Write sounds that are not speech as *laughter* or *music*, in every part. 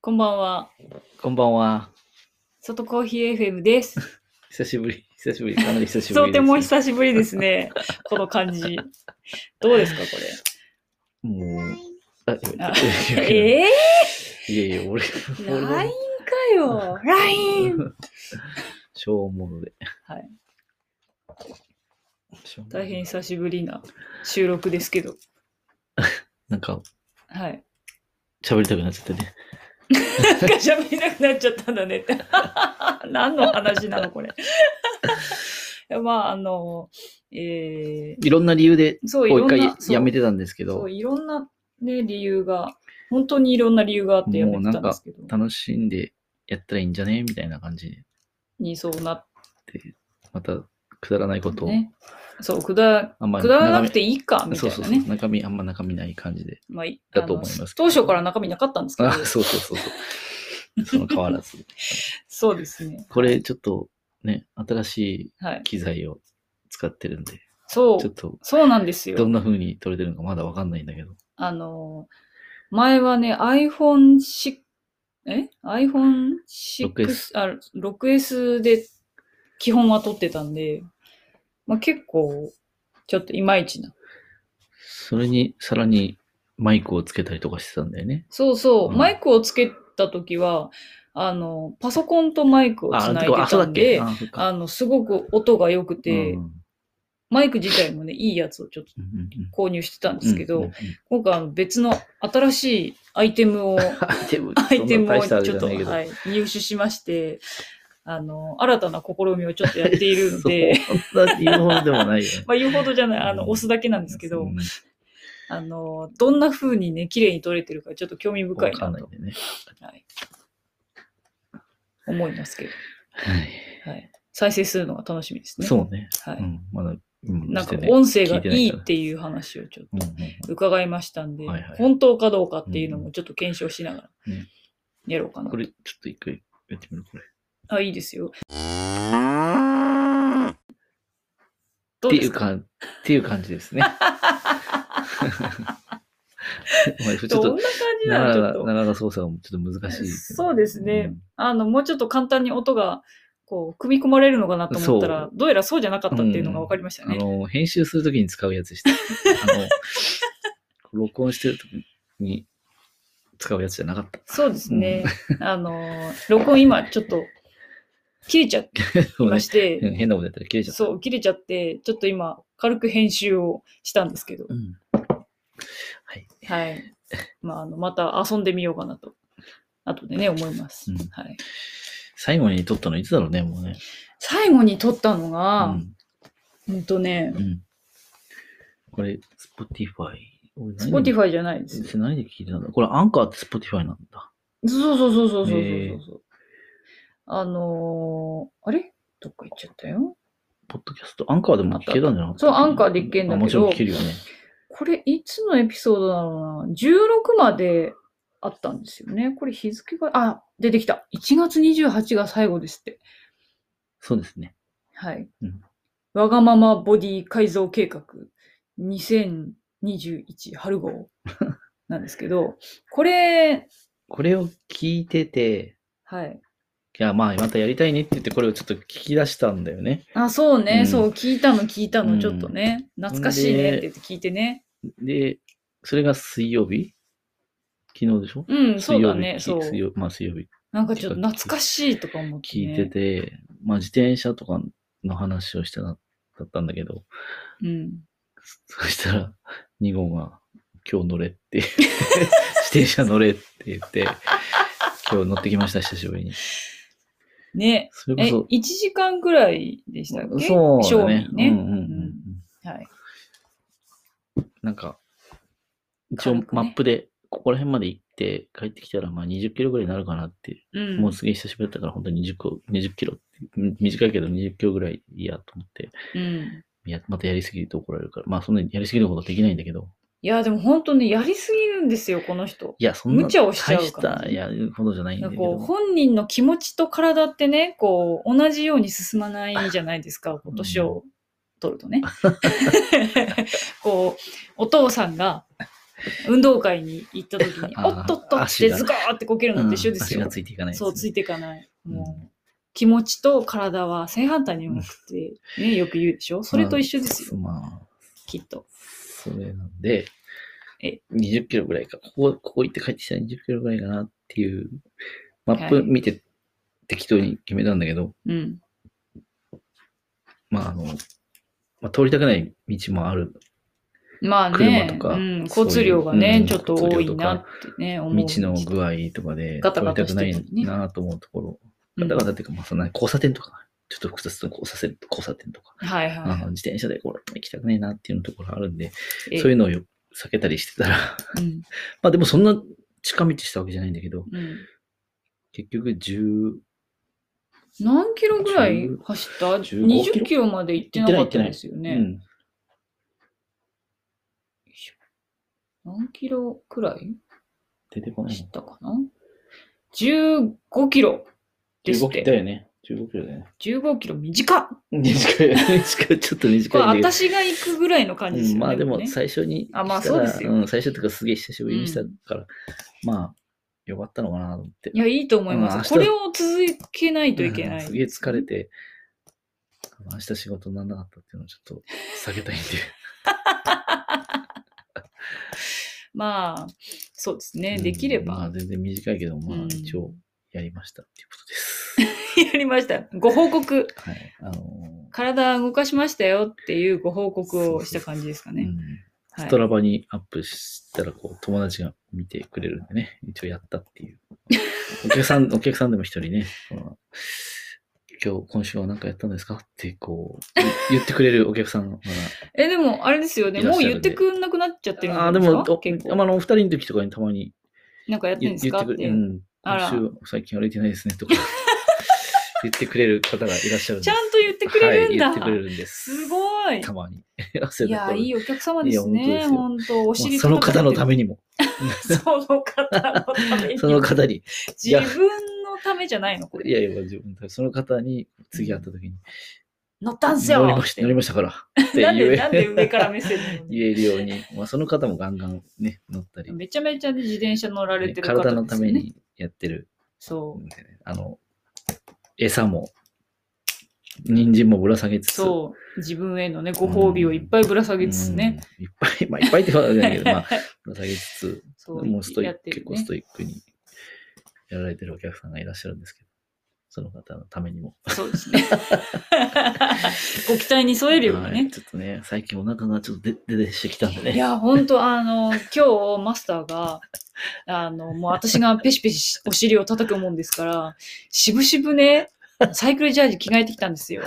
こんばんは。こんばんは。外コーヒー FM です。久しぶり、久しぶり、かなり久しぶとりです。ても久しぶりです *laughs* ね。この感じ。どうですか、こもう、あ、あいやいやいれ。えやいやいや、俺、ぇ、俺 ?LINE のかよ。LINE! 小物で。はい。しょうもない大変久しぶりな収録ですけど。なんか、はい。喋りたくなっちゃってね。なんか喋りなくなっちゃったんだねって。 *laughs* 何の話な *laughs* の、これ。まあ、あの、えいろんな理由で、ー、そう、いもうろん一回な、そうやめてたんですけそどう、、いろんなね、理由が、本当にいろんな理由があってやめてたんですけど、楽しんでやったらいいんじゃねみたいな感じで、にそうなっまた、くだらないことを、ね。そう、くだ、あんまくだらなくていいか、みたそういそうなそう、ね。中身、あんま中身ない感じで。まあいだと思いますあの当初から中身なかったんですけどあ、、そうそうそうそう。その変わらず。そうですね。これ、ちょっと、ね、新しいはい。機材を使ってるんで、そちょっう、とそうなんですどよん。な風に撮れてるのかまだわかんないんだけど、あの、前はね、iPhone6、え ?iPhone6、 6S あ、6S で基本は撮ってたんで、まあ結構、ちょっといまいちな。それにさらにマイクをつけたりとかしてたんだよね。そうそう、うんマイクをつけた時は、あの、パソコンとマイクをつあ、ないてでかあ、そうただんっけで、あ、そっか。あの、すごく音が良くて、うんマイク自体もね、いいやつをちょっとうんうんうん購入してたんですけど、うんうんうん今回あの別の新しいアイテム *laughs* を、アイテム、アイテムそんなを大しちたょあっれじゃと、ないけどはい、入手しまして、あの、新たな試みをちょっとやっているので、。*laughs* そんな言うほどでもないよねまあ言うほどじゃない、あうの、ん押すだけなんですけうどん、あの、どんな風にね、綺麗に撮れてるかちょっと興味深わいかなんないとん、でね。はい、思いますけど、はい。はい、再生するのが楽しみですね。そうね。はうい。ん、まだ、うん、なんかしてね音声が聞いてないいいからっていう話をちょっとうんうん伺いましたんで、はいはい本当かどうかっていうのもちょっと検証しながらうんやろうかうんな。これ、ちょっと一回やってみる、これ。あ、いいですよ。っどうてでいすうかか、っていう感じですね。お前ちょっどんとな感じなのちなかょなっか、と。なかなか操作もちょっと難しいけど。そうですねあの、もうちょっと簡単に音がこう組み込まれるのかなと思ったら、どうやらそうじゃなかったっていうのが分かりましたうん。あね。の、編集するときに使うやつでした。あの、 *laughs* 録音してるときに使うやつじゃなかった。そうですね。あの、録音今ちょっと切れちゃってでもまねして、うん変なことやったら切れちゃった。そう、切れちゃって、ちょっと今、軽く編集をしたんですけど、うんはい。はい。まあ、あのまた遊んでみようかなと、後でね、思います。うんはい、最後に撮ったのいつだろうね、もうね。最後に撮ったのが、ううんんんとね、うん。これ、Spotify。俺何 Spotify じゃないです。で何で聞いてたんだこれ、アンカーって Spotify なんだ。そうそうそうそうそうそうそう。へーあのー、あれどっか行っちゃったよ。ポッドキャスト、アンカーでも聞けたんじゃなかったそうアンカーで聞けんだけどあもちろん聞けるよね。これ、いつのエピソードだろうな。16まであったんですよね。これ日付が、あ、出てきた。1月28が最後ですって。そうですね。はい。うんわがままボディ改造計画2021春号なんですけど、これ、これを聞いてて、はい。いや、まあ、またやりたいねって言って、これをちょっと聞き出したんだよね。あ、そうね、うんそう、聞いたの聞いたうの、んちょっとね、懐かしいねって言って聞いてね。で、それが水曜日昨日でしょうん、そうだね、水そ曜う日。水曜まあ、水曜日なんかちょっと懐かしいとか思って、ね。聞いてて、まあ、自転車とかの話をしてなだったんだけど、 *laughs* うん。そしたら、2号が、今日乗れ *laughs* って、自転車乗れって言って、今日乗ってきました、久しぶりに。ね。そえ、れこ1時間ぐらいでしたっそ、けそうだね正。味ね。うんうんうんうん。はい。なんか、一軽く応ねマップで、ここら辺まで行って、帰ってきたら、まあ20キロぐらいになるかなって、うん。もうすげえ久しぶりだったから、本当に20キロ、20キロって、うん短いけど20キロぐらいいいやと思って、うんいや、またやりすぎると怒られるから、まあそんなにやりすぎることはできないんだけど、いや、でも本当にやりすぎるんですよ、この人。いや、そんな無茶をしちゃ大うしからた、いや、ほどじゃないんだけこうど、本人の気持ちと体ってねこう同じように進まないじゃないですかこううん、年 *laughs* を取るとね。こうお父さんが運動会に行った時に *laughs* あーおっとっとっ足てがズコーってこけるのと一緒ですうよん足が。ついていかないですそね、う、ついていかない。もうう、気持ちと体は正反対に動くって、ね、よく言うでしょそれと一緒ですよ、まあ、きっと。それなんで、え20キロぐらいか、ここ、ここ行って帰ってきたら20キロぐらいかなっていう、マッはプい見て適当に決めたんだけど、うん。まああの、まあ、通りたくない道もある、まあね、車とかうん、交通量がね、そういううんちょっと多いなってね、道思う。の具合とかで、ガタ通りガたタくしなていたりねなと思うところ、うんガタガタっていうか、まあそんな交差点とか、ちょっと複雑な交差点交差点とか、はいはいあの自転車でこれ行きたくないなっていうところあるんで、ええ。そういうのをよ避けたりしてたら、う *laughs* んまあでもそんな近道したわけじゃないんだけど、うん結局10、何キロぐらい10走った15キロ ?20 キロまで行ってなかったんですようね。ん、何キロくらい出てこない走ったかな ?15 キロですっ15キロだて。よね。15キロだよね。 15キロ短っ短い、短い、ちょっと短いんだけこどれ私が行くぐらいの感じですうよん、ね。まあでもね最初にあまあ来たらそうですよん、最初とかすげえ久しぶりにしたから、まあよかったのかなと思っていや、いいと思いまうんす。これを続けないといけない。うんすげえ疲れてあの明日仕事にならなかったっていうのをちょっと避けたいんでまあ、そうです *laughs* ね。うんできれまあば。全然短いけどまうあん一応やりましたっていうことです、 *laughs* やりました。ご報告。はいあのー体動かしましたよっていうご報告をした感じですかうね。んはいストラバにアップしたらこう友達が見てくれるんでね一応やったっていう *laughs* お客さんお客さんでも一人ねこの今日今週は何かやったんですかってこう言言ってくれるお客さんがえ、でも、あれですよね。いらっもうしゃ言るんっでてくんなくなっちゃってるんじあゃあなでいですもかお結あ構。のお二人の時とかにたまになんかやってん言で言すっかてっくれて。うんあら今週最近歩いてないですね *laughs* とか言ってくれる方がいらっしゃるんですちゃんと言ってくれるんだ。はい、言ってくれるんですすごい。たまにいや、いいお客様ですいやね。本本当お尻その方のために。にも *laughs* その方のために。その方にい自や分のためじゃないの、これ。いやいや、自分たちその方に次会った時に、乗ったんすよ乗りました乗りましたからって言なんで、なんでえ上から目線なの *laughs* 言えるように、まあ、その方もガンガンね、乗ったり、めちゃめちゃ自転車乗られてる方です体よねのため。にやってるそんでね、あの、餌も、人参もぶら下げつう。つ、そう。自分へのね、ご褒美をいっぱいぶら下げつつね。うんいっぱい、まあ、いっぱいって言わないけど、 *laughs* まあ、ぶら下げつつ、そう。もうストイッやっク、て結る構スね。トイックにやられてるお客さんがいらっしゃるんですけど、その方のためにも。そうです *laughs* ね。ご期待に添えるようなはいね。ちょっとね、最近お腹がちょっと出てしてきたんでね。いや、本当あの、今日、マスターが、あの、もう私がペシペシお尻を叩くもんですから、しぶしぶね、サイクルジャージ着替えてきたんですよ。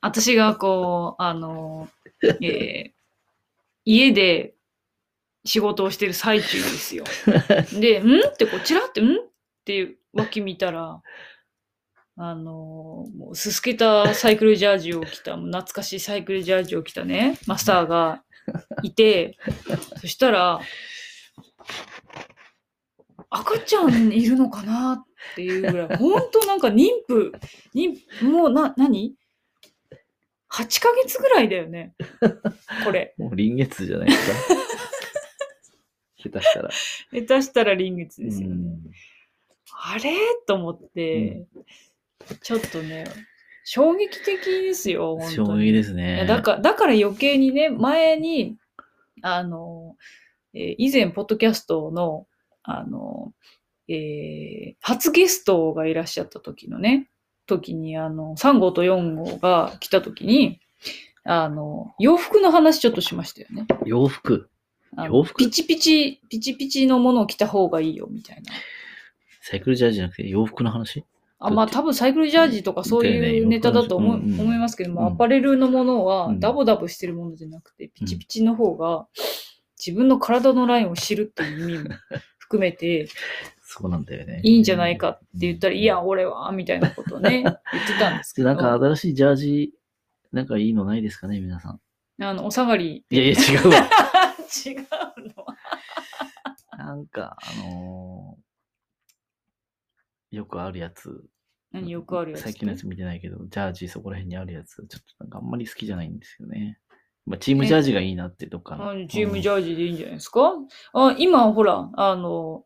私がこう、あの、えー家で仕事をしてる最中ですよ。で、んってこう、ちらって、んって脇見たら、あのもうすすけたサイクルジャージを着た、もう懐かしいサイクルジャージを着たね、マスターがいて、そしたら、赤ちゃんいるのかなっていうぐらい、本当なんか妊婦、妊婦もうな、何 ?8 ヶ月ぐらいだよね、これ。もう臨月じゃない *laughs* ですか。下手したら。下手したら臨月ですよね。うんあれと思って、ちょっとね、衝撃的ですよ、本当に。衝撃ですいねや。だからだから余計にね、前に、あの、えー以前、ポッドキャストの、あの、えー初ゲストがいらっしゃった時のね、時に、あの、3号と4号が来た時に、あの、洋服の話ちょっとしましたよね。洋服。あの洋服ピチピチ、ピチピチのものを着た方がいいよ、みたいな。サイクルジャージじゃなくて洋服の話あまあ多分サイクルジャージとかそうだよねいようくネタだと思,、うんうん思いますけども、うんアパレルのものうはんダボダボしてるものじゃなくて、ピチピチの方が自分の体のラインを知るっていう意味も含めてそうなんだよね。いいんじゃないかって言ったら、うんいや、俺は、みたいなことを *laughs* ね、言ってたんですけで。ど、なんか新しいジャージ、なんかいいのないですかね、皆さん。あのお下がり、いやいや、違うわ。 *laughs* 違うのなんか、あのーよくあるやつ。何よくあるやつって。最近のやつ見てないけど、ジャージそこら辺にあるやつ、ちょっとなんかあんまり好きじゃないんですよね。まあ、チームジャージがいいなってどっかあののチームャジャージでいいんじゃないですか、あ今、ほら、あの、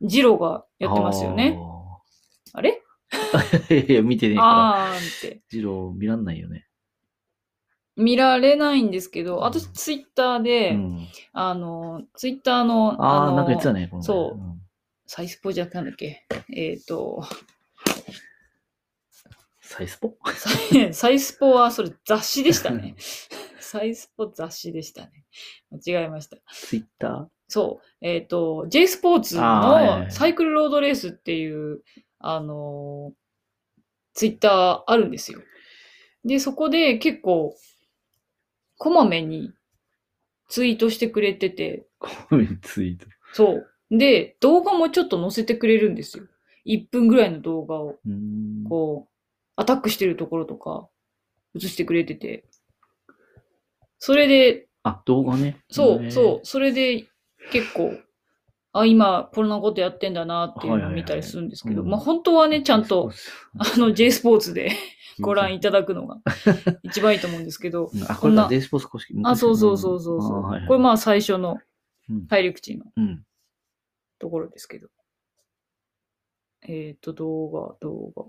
ジローがやってますよね。。あれあー *laughs* いやいや、見てねえから。あーって。ジロー見らんないよね。見られないんですけど、私、ツイッターで、うん、あの、ツイッターの、ああ、のなんか言ってたね、この前そうんサイスポじゃなくてなんだっけえっ、と、 *laughs* サイスポ *laughs* サイサイスポはそれ雑誌でしたね。サイスポ雑誌でしたね。間違えました。ツイッタそう。えっ、と、J スポーツあーはいはいはのいサイクルロードレースっていう、あのーツイッターあるんですよ。で、そこで結構、こまめにツイートしてくれてて、ーコメントツイート。そう。で、動画もちょっと載せてくれるんですよ。1分ぐらいの動画を。うーんこう、アタックしてるところとか、映してくれてて。それで、あ、動画ね。そう、そう、それで結構、あ、今、こんなことやってんだなっていうはいのはをいはい見たりするんですけど、うんまあ本当はね、ちゃんと、そうあの J スポーツ *laughs* でご覧いいただくのが一番いいと思うんですけ *laughs* ど、あ、ここれんながデイスポーツ公式。あ、そうそうそうそうあそーはいはう。いこれまあ最初のうん体力値のうん。ところですけど。えっ、ー、と、動画、動画。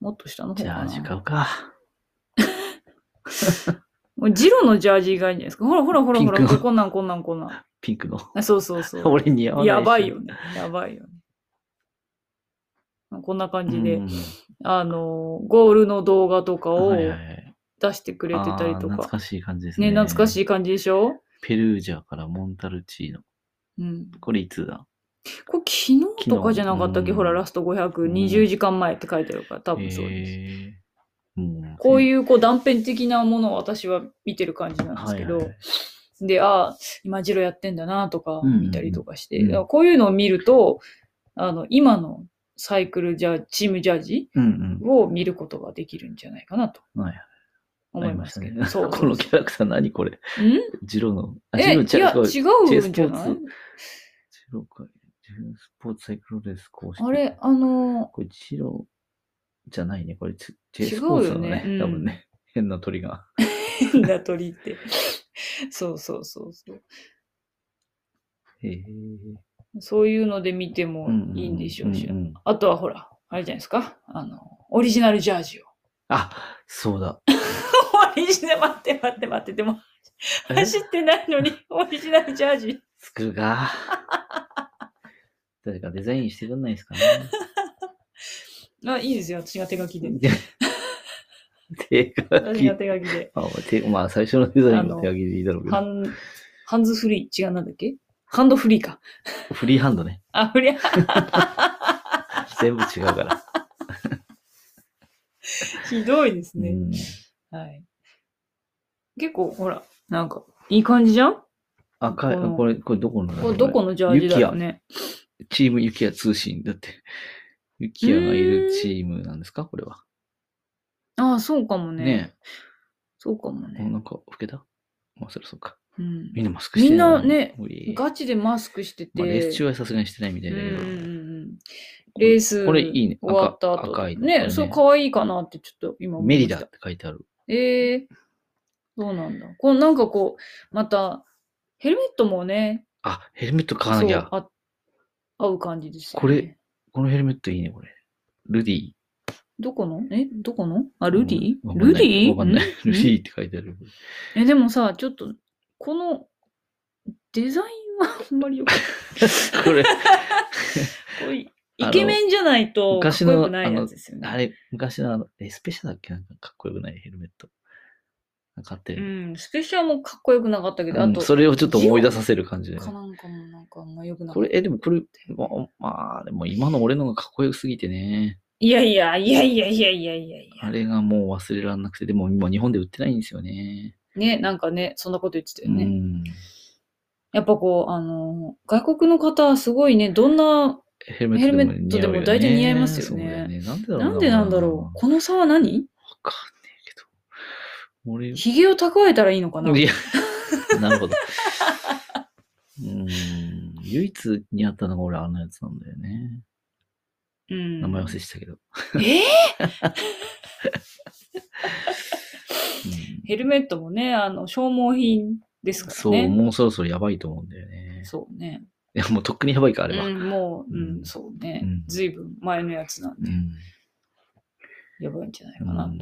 もっと下の方じかゃな。あ、時間か。もうジロのジャージがいいんじゃないですか。ほらほらほらほピンクら、のこんなんこんなんこんなん。ピンクの。あそうそうそう。 *laughs* 俺に合わないし。やばいよね。やばいよね。こんな感うじん。で、あのー、ゴールの動画とかをはいはいはい出してくれてたりとあー懐か。かしい感じですね。ね、懐かしい。い感じでしょペルージャからモンタルチーノ。うん。これいつだこれ昨日とかじゃなかったっ昨け日ほら、ラスト500、うん20時間前って書いてあるから、多へ分そうです。ーうんこうういうこう断片的なものを私は見てる感じなんですけど、はいはいで、ああ、今ジロやってんだなとかうんうんうん見たりとかして、うんだからこういうのを見ると、あの、今のサイクルジャーチームジャージうんを見ることができるんじゃないかなとうん。はい。思いますけありど。したそねうこそうのキャラクター何これそう。んジローの。あえ、いジロや、ーちゃうジ違うんじジゃェイスポなーいツローか。ジロースポーツサイクルレース公式。あれ、あの、これジローじゃないね。これジジェイ違うスよポねーツのね。うん多分ね。 *laughs* 変な鳥が。変な鳥って。そうそうそうそう。へえ。そういうので見てもいいんでしょうし。んんんあとはほら、あれじゃないですかあの、オリジナルジャージを。あ、そ *laughs* うだ。オリジナル、待って待って待って、でも、え走ってないのに、オリジナルジャージ。作るか。誰かデザインしてくんないですかね。 *laughs* あ、いいですよ、私が手書きで。 *laughs* 手書私きが。手書きで。あまあ手まあ、最初のデザインの手書きでいいだろうけハど。ン、ハンズフリー、違うなんだっけハンドフリーか。フリーハンドね。あ、フリー、全部違 *laughs* うから。ひどいですうね。んはい。結構、ほら、なんか、いい感じじゃん赤い、このこれ、これどこのこれどこのジャージだろうね。チームユキヤ通信だって。 *laughs* ユキヤがいるチームなんですかこれは。ああ、そうかもね。ねそうかもえ。ねもう。なんか、老けたまあ、そりゃそうか。うんみんなマスクしてみんなねガガチでマスクしてて。まあ、レース中はさすがにしてないみたういんだうけど。んうんレースこれいいね終わった赤後。赤いのこれね、ねそう、可愛いかなってちょっと今思メいリまダっしたて書いてある。ええそうなんだ。こうなんかこう、また、ヘルメットもね、あ、ヘルメット買わなきそうゃ。あ合う感じですよ、ね。これ。このヘルメットいいね、これ。ルディ。どこのえ、どこのあ、ルディ、わかんルなデいィわかんない。ルデんィって書いてある。え、でもさ、ちょっと、この、デザインはあんまりよくないこれ、これ *laughs* あイのケメンじゃないと、かっ昔こよのくないやつですよね。あれ、昔のあの、エスペシャルだっけなんかかっこよくないヘルメット。なんかあってうる。ん、スペシャルもかっこよくなかったけど、うあんと、それをちょっと思い出させる感じで。かなんかもなんかあんまよくなかこっれた。、え、でもこれ、まあ、まあでも今の俺のがかっこよすぎてね。いやいや、いやいやいやいやいやいあや。れがもう忘れられなくて、でも今日本で売ってないんですよね。ね、なんかね、そんなこと言ってたうよね。ん。やっぱこう、あの、外国の方はすごいね、どんな、ヘルメヘルメットットででもも似合うよね大体似合いますよねそうだねなんでだろうなんでなんだろう。この差は何わかんねえけど。俺、ヒゲを蓄えたらいいのかないや、 *laughs* なるほど。うーん、唯一似合ったのが俺あのやつなんだよね。うん名前忘れしたけど。え *laughs* うんヘルメットも *laughs* ね、あの、消耗品ですかそらう、ね。もうそろそろやばいと思うんだよね。そうね。いや、もうとっくにやばいか、あれは。ううん。ん、もう、うんう、んそうねうん。ずいぶん前のやつなんで、やばいんじゃないかなとうん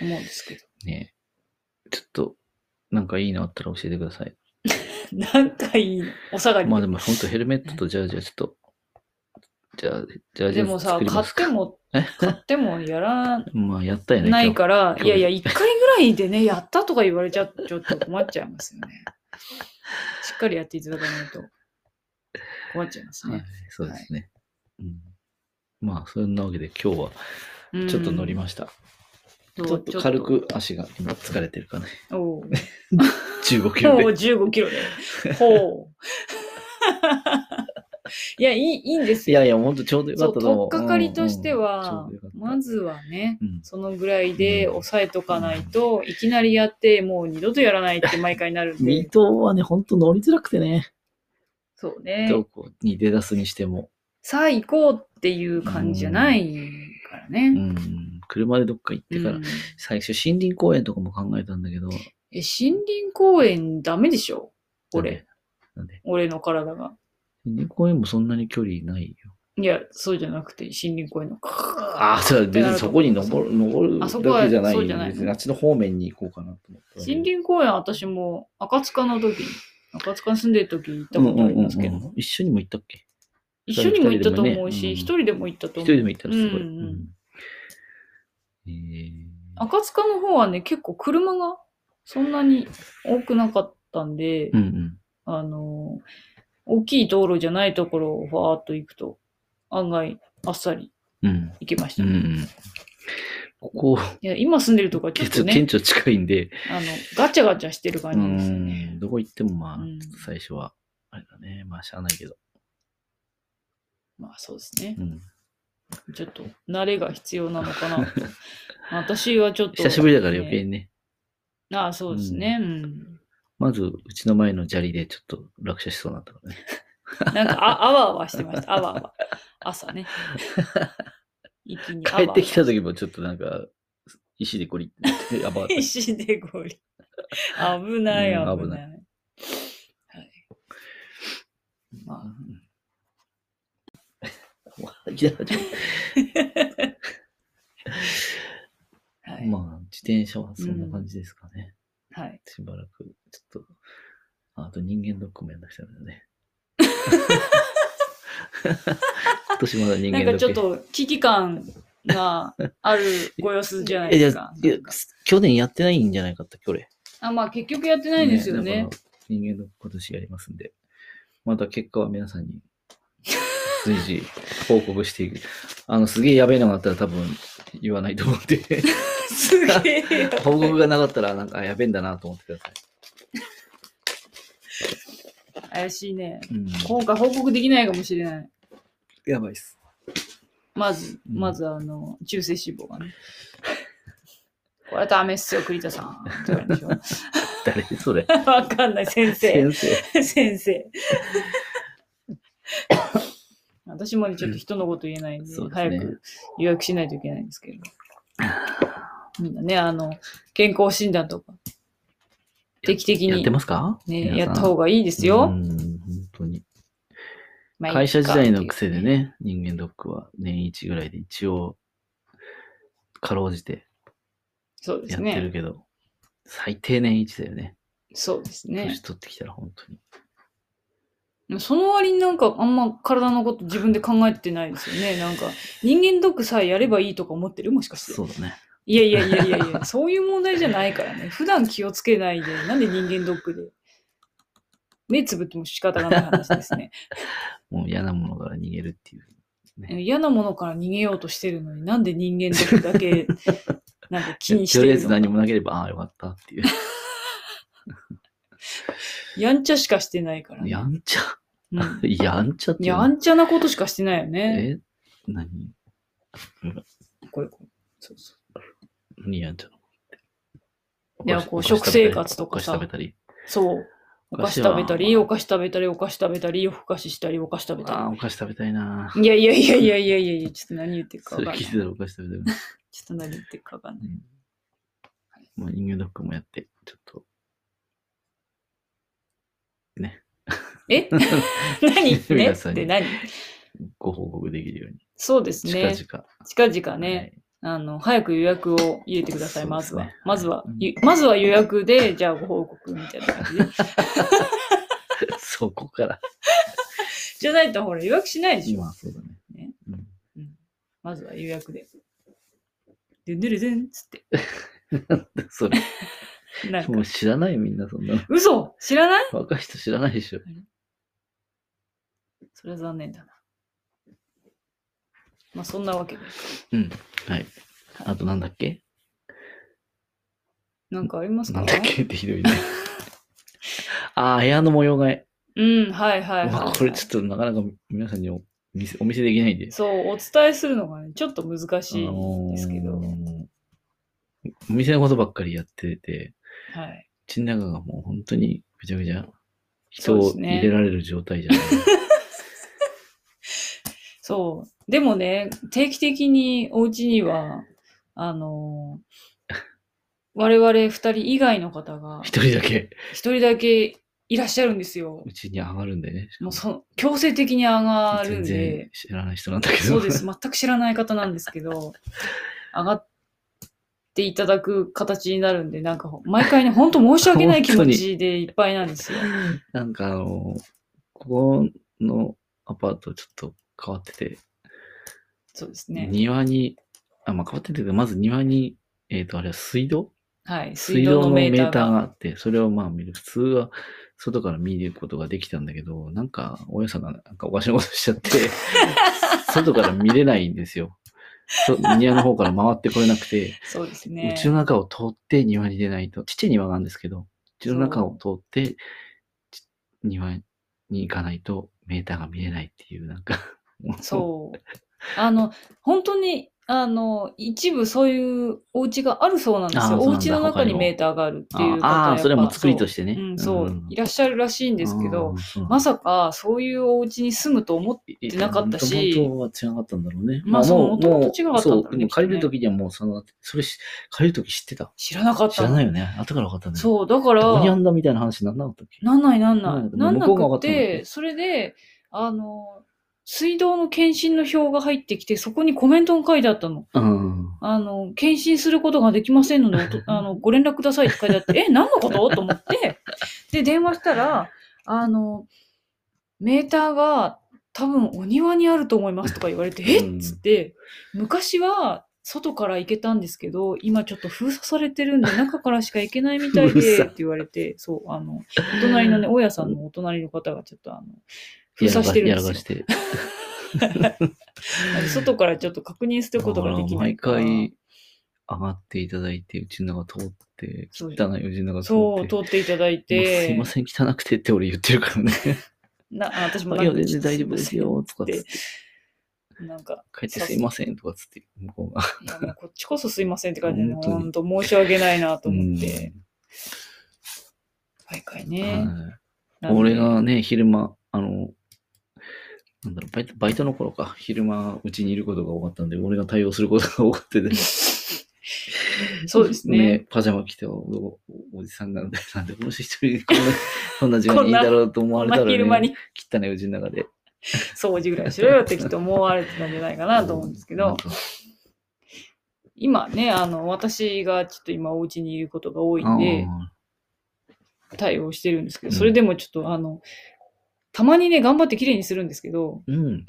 思うんですけど。ねえちょっと、なんかいいのあったら教えてください。 *laughs* なんかいい、お下がりでまあでも、本当ヘルメットとジャージはちょっと、じゃあ、ジャージでもさ作、り買まっすてか。も、 *laughs* え買ってもやらまあ、やったよね。ないから、今い日やいや、1回ぐらいでね、 *laughs* やったとか言われちゃうとちょっと困っちゃいますよね。しっかりやっていただかないと困っちゃいます今日。はいね。、そうですね。うんまあ、そんなわけで今日はちょっと乗りました。すちょっと軽。く足が今疲れてるか *laughs* ね。そうおう15キもうロで。 15キロで。 *laughs* ほう。 *laughs* いやいい、いいんですいよ。やいや、ほんとちょうどよかそっう、たとと思っう。かかりとしてはうんうんちょうどよかっ、たまずはね、うんそのぐらいで抑えとかないと、いきなりやって、もう二度とやらないって毎回なるん水で。戸はね、ほんと乗りづらくてね。そうね。どこに出だすにしても。さあ行こうっていう感じじゃないからうね。ん。車でどっか行ってからうん。最初、森林公園とかも考えたんだけど、え、森林公園ダメでしょなん俺で。なんで俺の体が。森林公園もそんなに距離ないよ。いや、そうじゃなくて、森林公園の。ああ、そうだ別にそこに登る、登るあそこはだけじゃない。そうじゃない別にあっちの方面に行こうかなと思って。森林公園、私も、赤塚の時に、赤塚に住んでる時に行ったことありますけうんうんうんど、うん一緒にも行ったっけ一緒にも行ったと思うし、二一人人でも行ったと一思人でう。も行ったらすごい。うんうんうんえー赤塚の方はね、結構車がそんなに多くなかったんでう、んうん。あの、大きい道路じゃないところをファーっと行くと、案外あっさりうん。行けました。うんういん。ここ、や今住んでるとこはちょっ結と構県ね、庁近いんで、あの、ガチャガチャしてるう感じですよね。ん、どこ行ってもまあ、うんちょっと最初は、あれだね、まあ、しゃあないけど。まあそうですねう。ん。ちょっと慣れが必要なのか *laughs* なと。私はちょっと、久しぶりだから余計ねにね、ああ、そうですね。うん。まず、うちの前の砂利でちょっと落車しそうになったからね。なんかあ、あ *laughs* わあわしてました。あわあわ。朝ね。一気にあわあ帰わっ *laughs* てきた時もちょっとなんか、石でこりって、やば *laughs* かった。石でゴリ。危ない、危ない。うん危なはい。 *laughs* まうんい *laughs* やちあ、はょっとい。まあ、自転車はそんな感じですかね。はい、しばらく、ちょっと、ああと人間ドックもやんなくちゃだ *laughs* ね。今年まだ人なん間ドック。かちょっと危機感があるご様子じゃないえ、じでゃすか。いやなんか去年やってないんじゃないかったっけ、俺。あまあ結局やってないんですよね。だから人間の今年やりますんで、また結果は皆さんに随時報告していく。 *laughs* あの、すげえやべえのがあったら多分言わないと思って、 *laughs* *laughs* すげえ。報告がなかったらなんかあやべえんだなと思ってくださ怪しいね。い。うん、今回報告できないかもしれない。やばいっす。まず、うんまずあの、中性脂肪がね。 *laughs* これダメっすよ、栗田さん。って言われるでしょ誰それ。 *laughs* わかんない、先生。先生。先生。 *laughs* 私もね、ちょっと人のこと言えないんで、そうですね早く予約しないといけないんですけど。みんなね、あの、健康診断とか、定期的やっにてますかね、やった方がいいでですよ。本当に。まあ会社時代の癖で。いいかね、人間ドックは年一ぐらいで一応、かろうじてそうでやすってるね。けど、最低年一だよね。そうですね年。取ってきたら本当に。でもその割になんかあんま体のこと自分で考えてないですよね。なんか人間ドックさえやればいいとか思ってるもしかして。そうだね。いやいやいやいやいや、そういう問題じゃないからね。普段気をつけないで、なんで人間ドックで。目つぶっても仕方がない話です *laughs* ね。もう嫌なものから逃げるっていう。嫌なものから逃げようとしてるのに、なんで人間ドックだけ、なんか気にしとてりあえるずの何もなければ、ああ、よかったっ *laughs* ていう。やんちゃしかしてないから、ね。やんちゃ。 *laughs* うんやんちゃっていうの。やんちゃなことしかしてないよね。え何これこれそうそう何やんちゃのいやお菓子こうお菓子食生活とかさお菓子食べたり。そう。お菓子食べたり、お菓子食べたり、お菓子食べたり、夜更かししたり、お菓子食べああたー、お菓子食べたいな。り。いやいやいやいやいやいやいや、ちょっと何言ってるかそわかれんない。聞いちてたょっらお菓子食べたいな。と何言ってるかわかんない。うんはいまあ、人間ドックもやって、ちょっと。ね。 *laughs* え何ね皆っさんにて何ご報告できるように。そうです近々。ね。近々はね、い。あの、早く予約を入れてください、まずはそうですね。まずはうん、ゆまずは予約で、じゃあご報告みたいな感じで。 *laughs* そこから。じゃないとほら、予約しないでしょ。今、そうだね。ねうんうんまずは予約で。でんでるでんっつって。なん *laughs* だそれ。なんかもう知らないみんなそんなの。 *laughs* 嘘知らない若い人知らないでしょ。それは残念だな。まあ、そんなわけで。うん。はい。あとなんだっけなんかありますかなんだっけって *laughs* ひどいね。ああ、部屋の模様替え。うん、はいはいはい、まはあ、い。これちょっとなかなか皆さんにお見せお見せできないんで。そう、お伝えするのがね、ちょっと難しいあのんーですけど。お店のことばっかりやってて、はい。ちん中がもう本当にぐちゃぐちゃ、人そうでをすね入れられる状態じゃない。そう。でもね、定期的にお家には、あのー我々二人以外の方 *laughs* が *laughs* 一人だけ一人だけいらっしゃるんですよう。ちに上がるんでね。もうそ強制的に上がるん全で然、知らない人なんだけど。そうです。全く知らない方なんですけど、上がっていただく形になるんで、なんかほ毎回ね、本当申し訳ない気持ちでいっぱいなんですよ。 *laughs* なんかあの、ここのアパートちょっと変わってて、そうですね。庭に、あ、まあ、変わってて、まず庭に、えっ、と、あれは水道はい。水道のメーターが。があって、それをまあ見る。普通は外から見ることができたんだけど、なんか、大家さんがなんかおかしなことしち *laughs* ゃって、外から見れないんですよ。そ庭の方から回ってこれなくて、そうですねう。ちの中を通って庭に出ないと、ちっちゃい庭があるんですけど、うちの中を通ってち庭に行かないとメーターが見れないっていう、なんか、そう。あの、本当に、あの、一部そういうお家があるそうなんですあーよ。そおうなんだ家の中に他にもメーターがあるっていう方 *laughs* あやっあ、ぱそれはもう作りとしてね。そううん、そう、んいらっしゃるらしいんですけど、、まささかそういうお家に住むと思って、ってなかったし本当は違かったんだろうね。まあそうもも元々違かったんだろうねそうでも借りる時にはもう、その、それし、借りる時知ってた。知らなかった知の。らないよね。後から分かったね。う。そう、だから、どこにあんだみたいな話になんなかったっけなんないなんななんい。なないんな向こうが分かくったんだってて、それで、あの、水道の検診の表が入ってきて、そこにコメントが書いてあったの。うん。あの、検診することができません *laughs* ので、おとあの、ご連絡くださいって書いてあって、え、何のことと思って、で、電話したら、あの、メーターが多分お庭にあると思いますとか言われて、えうんっつって、昔は外から行けたんですけど、今ちょっと封鎖されてるんで、中からしか行けないみた *laughs* い封で、鎖って言われて、そう、あの、お隣のね、大家さんのお隣の方がちょっとあの、封やら鎖かしてるんやらでかすしよ。て。外からちょっと確認することができない毎から。回上がっていただいて、うちの中通って、そ汚ういお家の中通って。そう、通っていただいて。もうすいません、汚くてって俺言ってるから *laughs* ね。な、あ私もいなんや、か全然大丈夫ですよ、とかっつって。なんか、帰ってすいません、とかっつって、向こうが。いやも *laughs* うこっちこそすいませんって感じで、本当に本当申し訳ないなと思って、毎回うんね。はいなんで俺、がね、昼間、あの、なんだろうバイト、バイトの頃か、昼間、うちにいることが多かったんで、俺が対応することが多くてね、そうですね。パジャマ着ておおおじさんなんで、なんで、もし一人で *laughs* こんな、こんな時間にいいだろうと思わこんれたら、なね、昼間に汚いうちの中で。掃除ぐらいしろよってきっと思われてたんじゃないかなと思うんですけなどん、か今ね、あの、私がちょっと今お家にいることが多いんで、あ対応してるんですけど、うんそれでもちょっとあの、たまにね、頑張って綺麗にするんですけど、ーうん。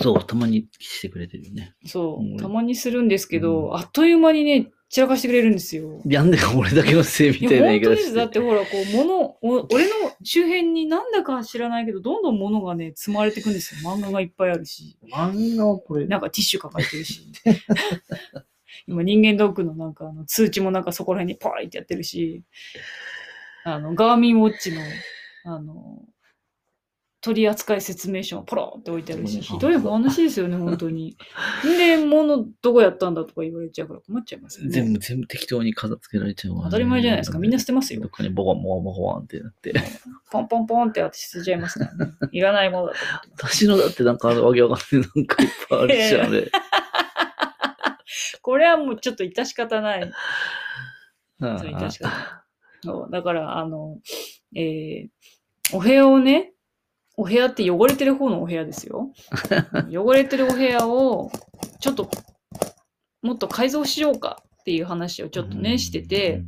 そう、たまにしてくれてるよね。そうんう、たまにするんですけど、あっという間にね、散らかしてくれるんですよ。やんでか俺だけのせいいみたいやな本言い当方でし。す。だっててほら、こう、物、お俺の周辺になんだか知らないけど、どんどん物がね、積まれてくんですよ。漫画がいっぱいあるし、漫画はこれなんかティッシュ抱えてるし。 *laughs* 今、人間ドックのなんか、あの通知もなんかそこら辺にパーイってやってるし、あの、ガーミンウォッチの、あの、取扱説明書もポロって置いてあるし、ひどい話ですよね、本当に。で、物どこやったんだとか言われちゃうから困っちゃいますよね。全部、全部適当に片付けられちゃうわ、当たり前じゃないですか。みんな捨てますよど。っかにボワンボワンボワンってなって。ポンポンポンって私捨てちゃいますからね。いらないものだと思ってま私のだってなんかあのわけわかんないなんかいっぱいあるし、あれ。す。これはもうちょっと致し方ない。*laughs* あそれに対してそうだから、あの、えーお部屋をね、お部屋って汚れてる方のお部屋です *laughs* よ。汚れてるお部屋を、ちょっと、もっと改造しようかっていう話をちょっとね、してて、、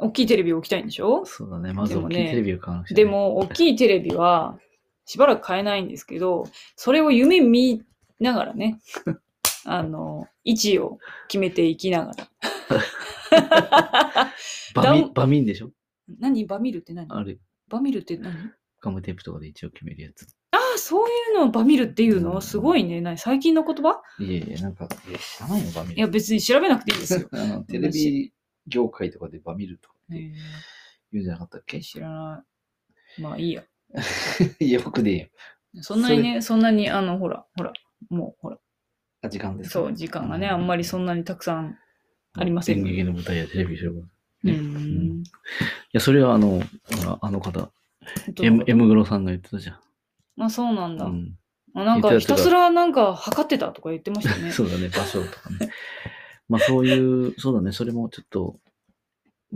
大きいテレビ置きたいんでしょうんそうだね、まずでも大きいねテレビを買わなくちゃねで、も、大きいテレビは、しばらく買えないんですけど、それを夢見ながら *laughs* ね、あの、位置を決めていきながら。バミダンウンバミンでしょ何バミルって何あれ、バミルって何ガムテープとかで一応決めるやつ。ああ、そういうのをバミルっていううのんすごいね。何最近の言葉いえいえ、なんか、え知らないのバミン。。いや、別に調べなくていいですよあのテレビ業界とかでバミるとかって言うんじゃなかったっけ、 *laughs* え知らない。まあいいや。いや、僕でいいよそんなにね、そんなに、あの、ほら、ほら、もう、ほら、あ時間ですかそう、時間がね、あんまりそんなにたくさん。ありません演劇の舞台やテレビでしょ。いうねん。や、それはあの、ほら、あの方、どういう M, こと M グロさんが言ってたじゃん。まあそうなんだ。うんあなん言かってひたたとかすらなんか測ってたとか言ってました *laughs* ね。そうだね、場所とかね。まあそういう、そうだね、それもちょっと、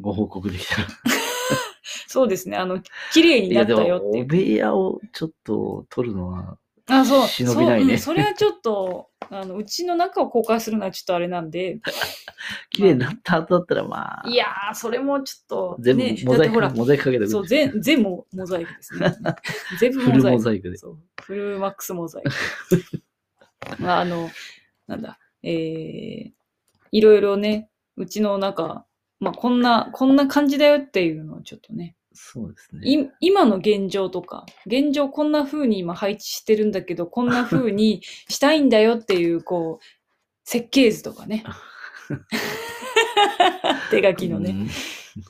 ご報告でき *laughs* たら。そうですね。あの、綺麗になったよっていおう。部屋をちょっと取るのは、あ、そう。忍びないねそう、うんそれはちょっと、あの、うちの中を公開するのはちょっとあれなん *laughs* で、綺麗になった後だったらまあ、いやー、それもちょっと、全部ね、モだっザイてク、ほら、モザイクかけたそう、全、全モモザイクですね。全部フモルザイモク。ザイクで。そう、フルマックスモザイク。 *laughs* まあ、あの、なんだ、えー、いろいろね、うちの中、まあ、こんな、こんな感じだよっていうのをちょっとね、そうですね。い今の現状とか、現状こんな風に今配置してるんだけど、こんな風にしたいんだよっていう、こう、設計図とか *laughs* ね。手書きのね、うん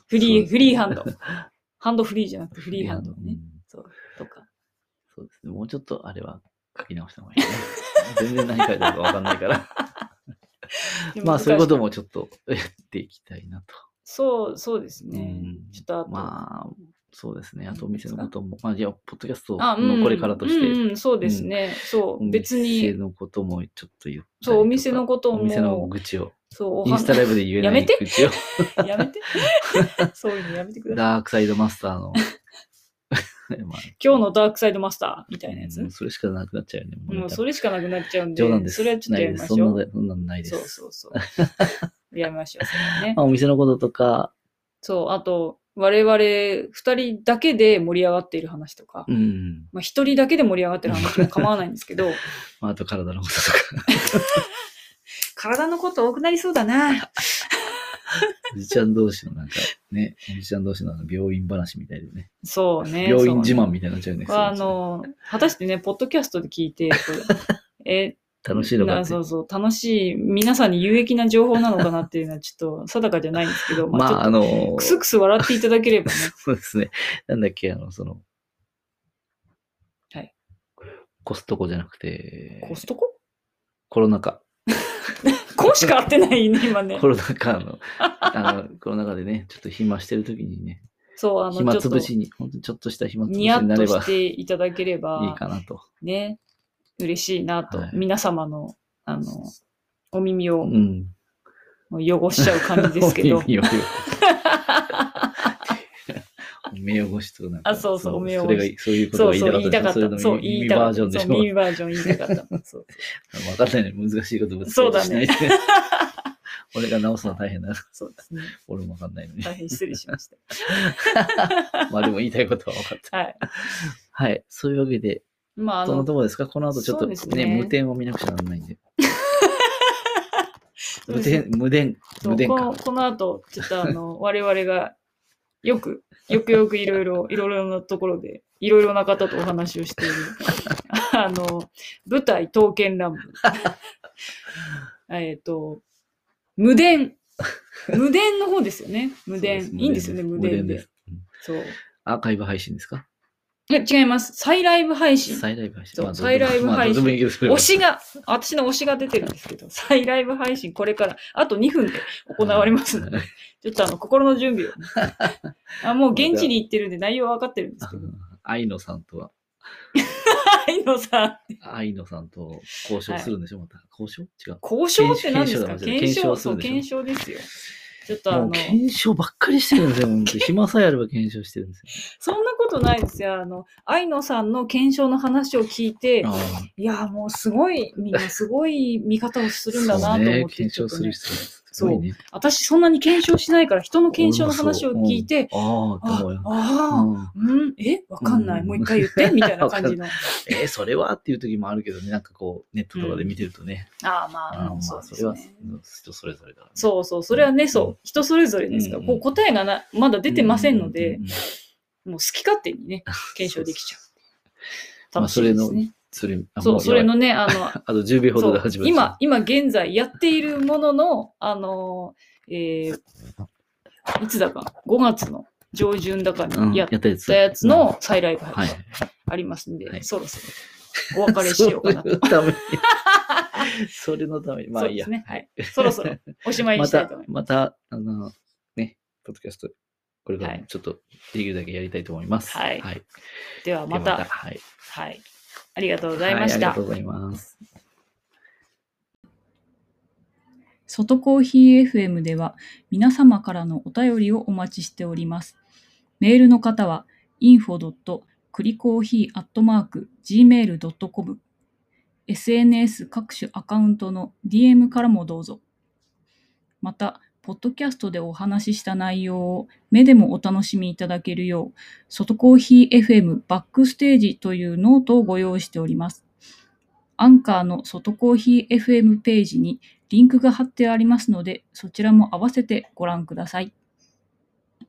フリそうー、フリーハンド。ハンドフリーじゃなくてフリーハンドうねん。そう、とか。そうですね。もうちょっとあれは書き直した方がいいね。全然何書いてあるかわかんないから。まあそういうこともちょっ *laughs* とやっていきたいなと。そう、そうですね。うんちょっとあと、まあ、そうですね。あとおいいです店かのことも、まあじゃあ、ポッドキャストあうんのこれからとしうんて、うん、そうですね。そおう、別店に、のこともちょっと言ったりとかそう、お店のことお店のも、愚痴を、そう、おインスタ話、ライブで言えやなめいて愚痴を、やめて。 *laughs* そういうのやめてください。ダークサイドマスタ *laughs* ーの、まあ、今日のダークサイドマスターみたいなやうつん。それしかなくなっちゃうよね。もうねそれしかなくなっちゃうんで、冗談です。それはちょっとやめましなょう。いですそんなのそんなのないでそうす。そうそう。やめましょう、それは *laughs* ねま。あ、お店のこととか、そう、あと、我々二人だけで盛り上がっている話とか、うん。まあ一人だけで盛り上がってる話も構わないんですけど、まあ、あと体のこととか。 *laughs* *laughs* 体のこと多くなりそうだな。おじちゃん同士のなんか、ね、おじちゃん同士のあの病院話みたいでね。そうね。病院自そうね慢みたいになっちゃうね。あの、果たしてね、ポッドキャストで聞いて、こ *laughs* れえ、楽しいのかなってそうそう、楽しい、皆さんに有益な情報なのかなっていうのはちょっと定かじゃないんですけど、まちょっあ、とあの、くすくす笑っていただければね。 *laughs* そうですね。なんだっけ、あの、その、はい。コストコじゃなくて、コストココロナ禍。こうしか合ってないね、今ねコ。ロナ禍 *laughs* の、あの、コロナ禍でね、ちょっと暇してる時にね、そう、あの、暇ちょっつとぶ、しに、ほんとちょっとした暇つぶしにニヤッなとればし、ていただければ、いいかなと。ね、嬉しいなと、はい皆様の、あの、お耳をうん。汚しちゃう感じですけ *laughs* どお、目汚し *laughs* お目汚しとなんか。あそうそうお目汚しそれがいいそういうことそがうそう、言言いいたたかかっったんた。そですね。う、れ言いたかった。その耳耳バージョンでしう、ょ。耳バージョン言いたかった。そう *laughs* わかんないね。難しいことぶつそうだねないで。 *laughs* 俺が直すのは大変だな。そうですね。俺もわかんな *laughs* いのに。大変失礼しました。まあでも言いたいことは分かった。はい。 *laughs* はい。そういうわけで、まあ、あそのの、ところですかこの後ちょっとそうねですね無点を見なくちゃならないんで。う無ですね点、無点、無点こかの。この後、ちょっとあの、 *laughs* 我々がよく、よくよくいろいろ、いろいろなところで、いろいろな方とお話をしている、 *laughs* あの、舞台、刀剣乱舞。 *laughs* えっと、無伝。無伝の方ですよね。無伝。いいんですよね、無伝で。す。うんそう。アーカイブ配信ですかえ違います。再ライブ配信。再ライブ配信。そうまあ再ライブまあ配信どうでもいいけどそれは推しが、私の推しが出てるんですけど、再ライブ配信これから、あと2分で行われます *laughs* ので、はいちょっとあの、心の準備を。 *laughs* あもう現地に行ってるんで内容は分かってるんですけど。愛のさんとは愛のさん。愛野さんと交渉するんでしょ、また。交渉違う。交渉って何ですか検検証証、検証すそう、る検証ででしょすよ。ちょっとあものう、検証ばっかりしてるんですよ、本当に暇さえあれば検証してるんですそんなことないですよ。あの、愛野さんの検証の話を聞いてよ。、あいや、もうすごい、みんなすごい見方をすあ、るんだなと思って、そうね、検証ちょっすとねる人すごいね。私そんなに検証しないから、人の検証の話を聞いて、ああ、あどうや。あうんあ、うん、え、わかんない、うんもう一回言 *laughs* って、みたいな感じの。えーそれはっていう時もあるけどね、なんかこう、ネットとかで見てるとね、ああ、まうあ、んそまうあでそれすはね。人それぞれだからね、そうそう、それはね、うそんう、人それぞれですから、うんこう答えがなまだ出てませんのでう、うううんもう好き勝手に *laughs* ね、検証できちゃう。まあ楽しいですね。それ、あそう、それ。ものね、 *laughs* あの、やばいあと10秒ほそどうで始まる。今、、今現在やっているものの、あのー、えーいつだか、5月の上旬だかうん、にややっったやつ。たやつの再来うん。がはい。ありますんで、はいそろそろお別れしようかなと。それのために。 *laughs* それのために。まあいいや。そうですねはいそろそろおしまいにましたいたと思い、ままた、あの、ね、ポッドキャスト、これからはもいちょっと、できるだけやりたいと思います。はいはい。 *laughs* す。ではまでた、はい。はい。ありがとうございまはあしりたがと。うございます。外コーヒー FM では皆様からのお便りをお待ちしております。メールの方は info.cricoffee.gmail.com SNS 各種アカウントの DM からもどうぞ。また、ポッドキャストでお話しした内容を目でもお楽しみいただけるよう、外コーヒー FM バックステージというノートをご用意しております。アンカーの外コーヒー FM ページにリンクが貼ってありますので、そちらも合わせてご覧ください。